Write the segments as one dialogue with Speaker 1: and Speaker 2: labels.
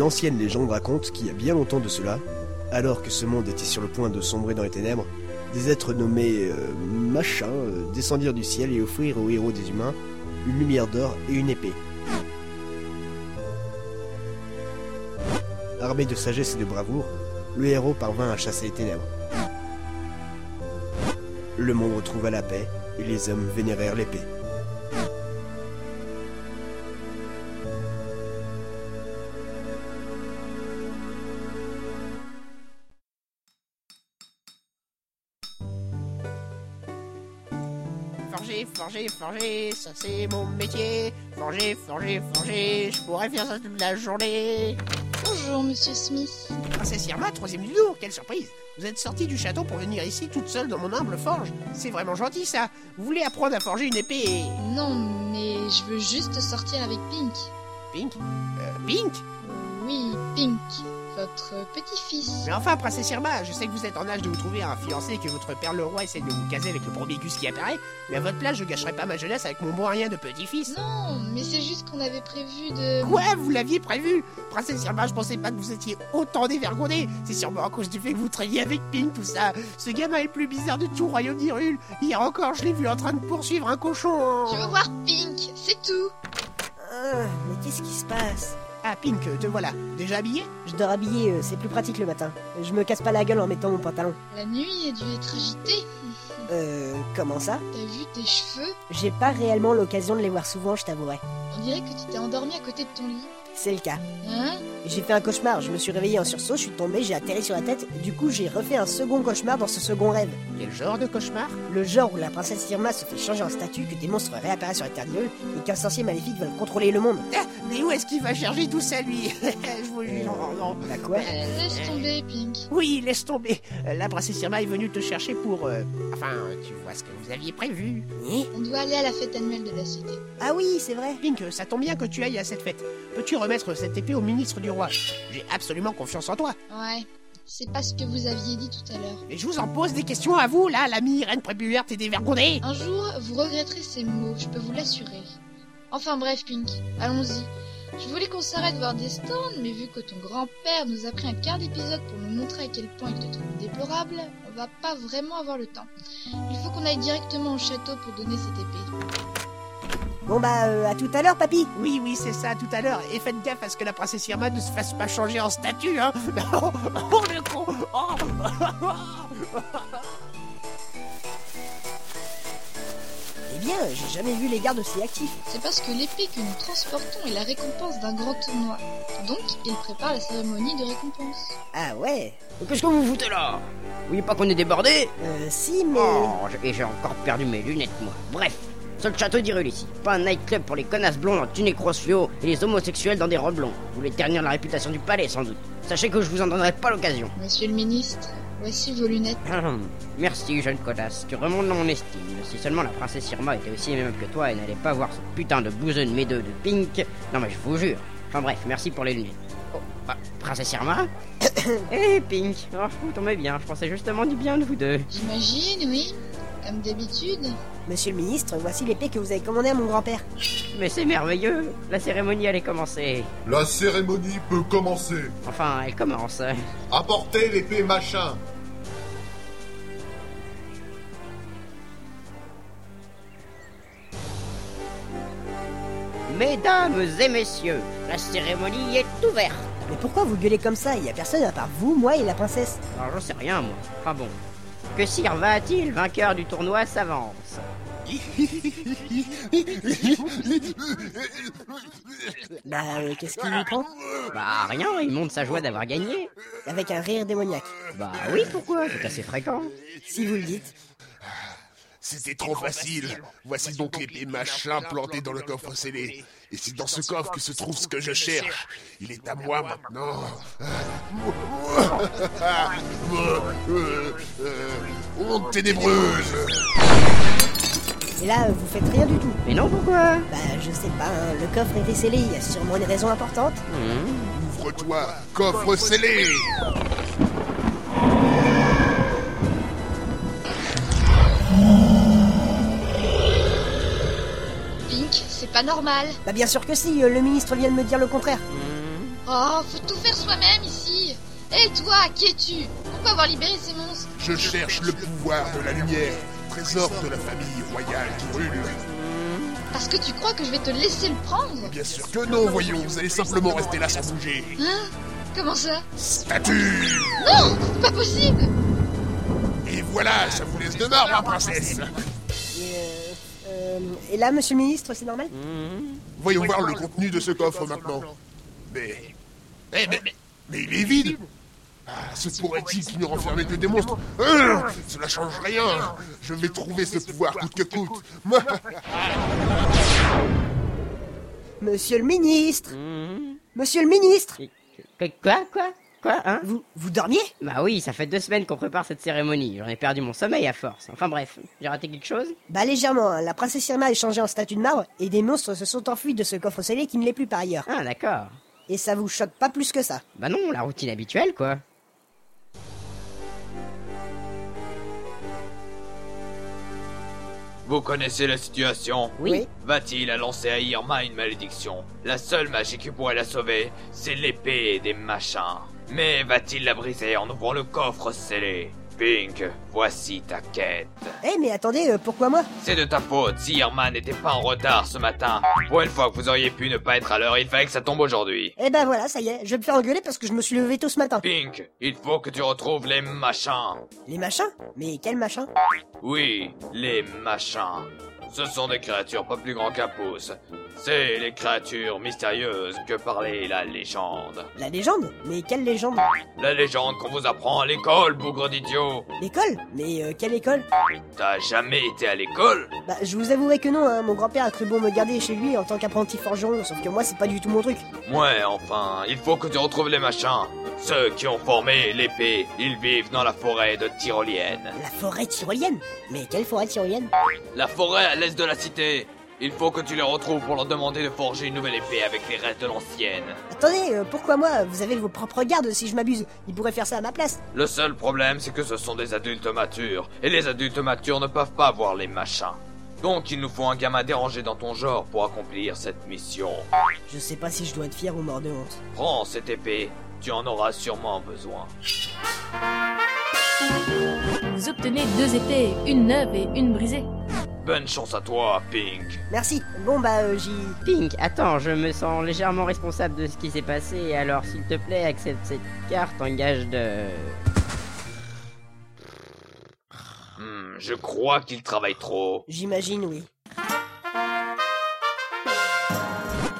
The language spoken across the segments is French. Speaker 1: ancienne légende raconte qu'il y a bien longtemps de cela, alors que ce monde était sur le point de sombrer dans les ténèbres, des êtres nommés euh, machins euh, descendirent du ciel et offrirent aux héros des humains une lumière d'or et une épée. Armé de sagesse et de bravoure, le héros parvint à chasser les ténèbres. Le monde retrouva la paix et les hommes vénérèrent l'épée.
Speaker 2: Forger, forger, forger, ça c'est mon métier. Forger, forger, forger, je pourrais faire ça toute la journée.
Speaker 3: Bonjour, monsieur Smith.
Speaker 2: Princesse Irma, troisième du jour, quelle surprise Vous êtes sortie du château pour venir ici toute seule dans mon humble forge. C'est vraiment gentil ça. Vous voulez apprendre à forger une épée et...
Speaker 3: Non, mais je veux juste sortir avec Pink. Euh,
Speaker 2: Pink Euh, Pink
Speaker 3: Oui, Pink, votre petit-fils.
Speaker 2: Mais enfin, princesse Irma, je sais que vous êtes en âge de vous trouver un fiancé et que votre père le roi essaie de vous caser avec le premier gus qui apparaît, mais à votre place, je gâcherai pas ma jeunesse avec mon bon rien de petit-fils.
Speaker 3: Non, mais c'est juste qu'on avait prévu de...
Speaker 2: Quoi Vous l'aviez prévu Princesse Irma, je pensais pas que vous étiez autant dévergondée. C'est sûrement à cause du fait que vous traîniez avec Pink, tout ça. Ce gamin est le plus bizarre de tout royaume d'Irule. Hier encore, je l'ai vu en train de poursuivre un cochon. en-
Speaker 3: Je veux voir Pink, c'est tout.
Speaker 4: Ah, mais qu'est-ce qui se passe
Speaker 2: Ah, Pink, te voilà. Déjà habillé
Speaker 4: Je dors habillé, euh, c'est plus pratique le matin. Je me casse pas la gueule en mettant mon pantalon.
Speaker 3: La nuit a dû être agitée.
Speaker 4: Euh, comment ça
Speaker 3: T'as vu tes cheveux
Speaker 4: J'ai pas réellement l'occasion de les voir souvent, je t'avouerai.
Speaker 3: On dirait que tu t'es endormi à côté de ton lit.
Speaker 4: C'est le cas.
Speaker 3: Hein
Speaker 4: J'ai fait un cauchemar, je me suis réveillé en sursaut, je suis tombé, j'ai atterri sur la tête, du coup j'ai refait un second cauchemar dans ce second rêve.
Speaker 2: Quel genre de cauchemar
Speaker 4: Le genre où la princesse Irma se fait changer en statue, que des monstres réapparaissent sur la terre Nulle et qu'un sorcier maléfique veulent contrôler le monde.
Speaker 2: Ah, Mais où est-ce qu'il va chercher tout ça, lui Je vous jure, non, non.
Speaker 4: Bah quoi
Speaker 3: Euh, Laisse tomber, Pink.
Speaker 2: Oui, laisse tomber. Euh, La princesse Irma est venue te chercher pour... euh, Enfin, tu vois ce que vous aviez prévu.
Speaker 4: Hein
Speaker 3: On doit aller à la fête annuelle de la cité.
Speaker 4: Ah oui, c'est vrai.
Speaker 2: Pink, euh, ça tombe bien que tu ailles à cette fête. Peux-tu remettre cette épée au ministre du roi J'ai absolument confiance en toi.
Speaker 3: Ouais, c'est pas ce que vous aviez dit tout à l'heure.
Speaker 2: Mais je vous en pose des questions à vous, là, l'ami reine prépubère t'es dévergondée.
Speaker 3: Un jour, vous regretterez ces mots, je peux vous l'assurer. Enfin bref, Pink, allons-y. Je voulais qu'on s'arrête voir des stands, mais vu que ton grand-père nous a pris un quart d'épisode pour nous montrer à quel point il te trouve déplorable, on va pas vraiment avoir le temps. Il faut qu'on aille directement au château pour donner cette épée.
Speaker 4: Bon bah, euh, à tout à l'heure, papy
Speaker 2: Oui, oui, c'est ça, tout à l'heure. Et faites gaffe à ce que la princesse Irma ne se fasse pas changer en statue, hein. Non, oh le con Oh.
Speaker 4: Eh bien, j'ai jamais vu les gardes aussi actifs.
Speaker 3: C'est parce que l'épée que nous transportons est la récompense d'un grand tournoi. Donc, il prépare la cérémonie de récompense.
Speaker 4: Ah ouais
Speaker 5: Qu'est-ce que vous foutez là Vous voyez pas qu'on est débordé
Speaker 4: Euh, si, mais...
Speaker 5: Oh, j- et j'ai encore perdu mes lunettes, moi. Bref, c'est le château d'Irul ici. Pas un nightclub pour les connasses blondes en tunique rose fluo et les homosexuels dans des robes longues. Vous voulez ternir la réputation du palais, sans doute. Sachez que je vous en donnerai pas l'occasion.
Speaker 3: Monsieur le ministre, voici vos lunettes.
Speaker 5: Hum, Merci, jeune connasse. Tu remontes dans mon estime. Si seulement la princesse Irma était aussi aimable que toi et n'allait pas voir ce putain de bouseux de mes deux de Pink. Non, mais je vous jure. Enfin bref, merci pour les lunettes. Oh, ah, princesse Irma Eh, Pink. Oh, vous tombez bien. Je pensais justement du bien de vous deux.
Speaker 3: J'imagine, oui. Comme d'habitude.
Speaker 4: Monsieur le ministre, voici l'épée que vous avez commandée à mon grand-père.
Speaker 5: Mais c'est merveilleux. La cérémonie allait commencer.
Speaker 6: La cérémonie peut commencer.
Speaker 5: Enfin, elle commence.
Speaker 6: Apportez l'épée machin.
Speaker 5: Mesdames et messieurs, la cérémonie est ouverte.
Speaker 4: Mais pourquoi vous gueulez comme ça Il y a personne à part vous, moi et la princesse.
Speaker 5: Alors j'en sais rien, moi. Enfin bon. Que Sir va-t-il, vainqueur du tournoi, s'avance
Speaker 4: Bah, euh, qu'est-ce qu'il lui prend
Speaker 5: Bah rien, il montre sa joie d'avoir gagné.
Speaker 4: Avec un rire démoniaque.
Speaker 5: Bah oui, pourquoi C'est assez fréquent.
Speaker 4: Si vous le dites.
Speaker 7: C'était trop facile. Voici donc l'épée machin plantée dans le coffre scellé. Et c'est dans ce coffre que se trouve ce que je cherche. Il est à moi maintenant.
Speaker 6: Euh, euh, honte ténébreuse.
Speaker 4: Et là, euh, vous faites rien du tout.
Speaker 5: Mais non, pourquoi
Speaker 4: Bah, je sais pas, hein, le coffre était scellé, il y a sûrement une raison importante.
Speaker 5: Hmm.
Speaker 6: Ouvre-toi, coffre scellé.
Speaker 3: Pink, c'est pas normal.
Speaker 4: Bah, bien sûr que si, euh, le ministre vient de me dire le contraire.
Speaker 3: Oh, faut tout soi-même ici Et toi, qui es-tu Pourquoi avoir libéré ces monstres
Speaker 7: Je cherche le pouvoir de la lumière, trésor de la famille royale qui brûle.
Speaker 3: Parce que tu crois que je vais te laisser le prendre
Speaker 7: Bien sûr que non, voyons, vous allez simplement rester là sans bouger.
Speaker 3: Hein Comment ça
Speaker 7: Statue
Speaker 3: Non c'est Pas possible
Speaker 7: Et voilà, ça vous laisse de marbre, hein, princesse
Speaker 4: Et, euh, euh, et là, monsieur le ministre, c'est normal
Speaker 7: Voyons voir le contenu de ce coffre maintenant. Mais... Eh, mais... Mais il est vide Ah, se pourrait-il qu'il ne renfermait que des monstres Hein Cela change rien Je vais trouver ce pouvoir coûte que coûte Moi,
Speaker 4: Monsieur le ministre Monsieur le ministre
Speaker 5: Qu- Quoi Quoi Quoi Hein
Speaker 4: Vous, vous dormiez
Speaker 5: Bah oui, ça fait deux semaines qu'on prépare cette cérémonie. J'en ai perdu mon sommeil à force. Enfin bref, j'ai raté quelque chose
Speaker 4: Bah légèrement, hein. la princesse Irma est changée en statue de marbre et des monstres se sont enfuis de ce coffre scellé qui ne l'est plus par ailleurs.
Speaker 5: Ah d'accord.
Speaker 4: Et ça vous choque pas plus que ça.
Speaker 5: Bah non, la routine habituelle quoi.
Speaker 8: Vous connaissez la situation
Speaker 4: Oui.
Speaker 8: Va-t-il a lancé à Irma une malédiction. La seule magie qui pourrait la sauver, c'est l'épée des machins. Mais va-t-il la briser en ouvrant le coffre scellé Pink, voici ta quête.
Speaker 4: Eh mais attendez, euh, pourquoi moi
Speaker 8: C'est de ta faute si Irma n'était pas en retard ce matin. Pour une fois que vous auriez pu ne pas être à l'heure, il fallait que ça tombe aujourd'hui.
Speaker 4: Eh ben voilà, ça y est, je vais me faire engueuler parce que je me suis levé tôt ce matin.
Speaker 8: Pink, il faut que tu retrouves les machins.
Speaker 4: Les machins Mais quel machin
Speaker 8: Oui, les machins. Ce sont des créatures pas plus grands qu'un pouce. C'est les créatures mystérieuses que parlait la légende.
Speaker 4: La légende Mais quelle légende
Speaker 8: La légende qu'on vous apprend à l'école, bougre d'idiot.
Speaker 4: L'école Mais euh, quelle école
Speaker 8: T'as jamais été à l'école
Speaker 4: Bah je vous avouerai que non, hein. mon grand-père a cru bon me garder chez lui en tant qu'apprenti forgeron, sauf que moi c'est pas du tout mon truc.
Speaker 8: Ouais, enfin, il faut que tu retrouves les machins. Ceux qui ont formé l'épée, ils vivent dans la forêt de Tyrolienne.
Speaker 4: La forêt tyrolienne Mais quelle forêt tyrolienne
Speaker 8: La forêt à l'est de la cité. Il faut que tu les retrouves pour leur demander de forger une nouvelle épée avec les restes de l'ancienne.
Speaker 4: Attendez, euh, pourquoi moi Vous avez vos propres gardes si je m'abuse. Ils pourraient faire ça à ma place.
Speaker 8: Le seul problème, c'est que ce sont des adultes matures, et les adultes matures ne peuvent pas voir les machins. Donc il nous faut un gamin dérangé dans ton genre pour accomplir cette mission.
Speaker 4: Je sais pas si je dois être fier ou mort de honte.
Speaker 8: Prends cette épée, tu en auras sûrement besoin.
Speaker 9: Vous obtenez deux épées, une neuve et une brisée.
Speaker 8: Bonne chance à toi, Pink.
Speaker 4: Merci. Bon bah euh, j'y...
Speaker 5: Pink, attends, je me sens légèrement responsable de ce qui s'est passé, alors s'il te plaît, accepte cette carte en gage de...
Speaker 8: Hmm, je crois qu'il travaille trop.
Speaker 4: J'imagine, oui.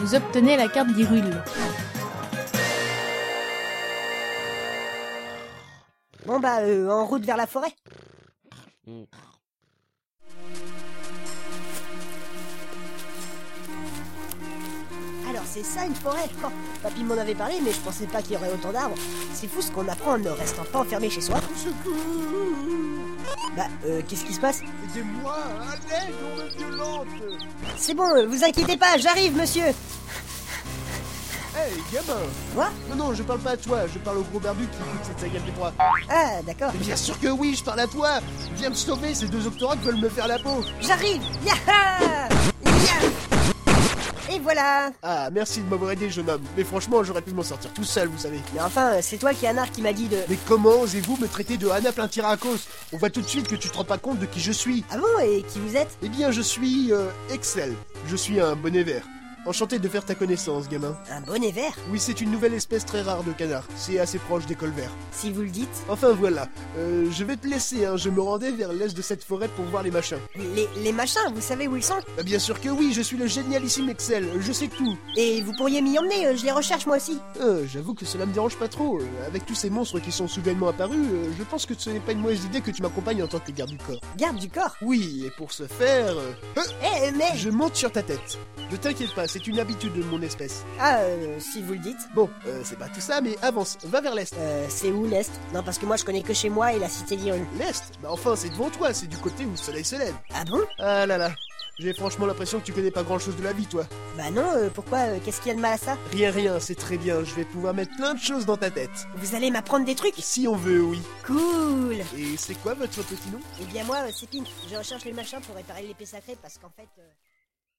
Speaker 9: Vous obtenez la carte d'Irule.
Speaker 4: Bon bah euh, en route vers la forêt. Alors c'est ça une forêt Oh, Papy m'en avait parlé mais je pensais pas qu'il y aurait autant d'arbres. C'est fou ce qu'on apprend en ne restant pas enfermé chez soi. Bah euh, qu'est-ce qui se passe
Speaker 2: Aidez-moi, à l'aide, on est violente
Speaker 4: C'est bon, euh, vous inquiétez pas, j'arrive monsieur
Speaker 2: Hey, gamin
Speaker 4: Quoi
Speaker 2: Non, non, je parle pas à toi, je parle au gros barbu qui écoute cette saga des trois.
Speaker 4: Ah d'accord,
Speaker 2: Mais bien sûr que oui, je parle à toi Viens me sauver, ces deux octorocs veulent me faire la peau
Speaker 4: j'arrive Yaha Yah Et voilà
Speaker 2: Ah, merci de m'avoir aidé, jeune homme. Mais franchement, j'aurais pu m'en sortir tout seul, vous savez.
Speaker 4: Mais enfin, euh, c'est toi qui anard qui m'a dit de...
Speaker 2: Mais comment osez-vous me traiter de Hannah plein tir à cause On voit tout de suite que tu te rends pas compte de qui je suis.
Speaker 4: Ah bon et qui vous êtes
Speaker 2: Eh bien, je suis euh, Excel. Je suis un bonnet vert. Enchanté de faire ta connaissance, gamin.
Speaker 4: Un bonnet vert
Speaker 2: Oui, c'est une nouvelle espèce très rare de canard. C'est assez proche des colverts.
Speaker 4: Si vous le dites.
Speaker 2: Enfin voilà, Euh, je vais te laisser, hein. je me rendais vers l'est de cette forêt pour voir les machins.
Speaker 4: Les, les machins, vous savez où ils sont
Speaker 2: Bah, bien sûr que oui, je suis le génialissime Excel, je sais tout.
Speaker 4: Et vous pourriez m'y emmener, euh, je les recherche moi aussi.
Speaker 2: Euh, J'avoue que cela me dérange pas trop, Euh, avec tous ces monstres qui sont soudainement apparus, euh, je pense que ce n'est pas une mauvaise idée que tu m'accompagnes en tant que garde du corps.
Speaker 4: Garde du corps
Speaker 2: Oui, et pour ce faire, euh,
Speaker 4: Eh euh, mais...
Speaker 2: je monte sur ta tête. Ne t'inquiète pas, c'est une habitude de mon espèce.
Speaker 4: Ah, euh, si vous le dites.
Speaker 2: Bon, euh, c'est pas tout ça, mais avance, va vers l'est.
Speaker 4: Euh, c'est où l'Est Non, parce que moi je connais que chez moi et la cité d'Irule.
Speaker 2: L'est Bah enfin, c'est devant toi, c'est du côté où le soleil se lève.
Speaker 4: Ah bon
Speaker 2: Ah là là, j'ai franchement l'impression que tu connais pas grand chose de la vie, toi.
Speaker 4: Bah non, euh, pourquoi euh, Qu'est-ce qu'il y a de mal à ça
Speaker 2: Rien, rien, c'est très bien, je vais pouvoir mettre plein de choses dans ta tête.
Speaker 4: Vous allez m'apprendre des trucs
Speaker 2: Si on veut, oui.
Speaker 4: Cool
Speaker 2: Et c'est quoi votre petit nom
Speaker 4: Eh bien moi, euh, c'est Pink, je recherche les machins pour réparer l'épée sacrée parce qu'en fait... euh,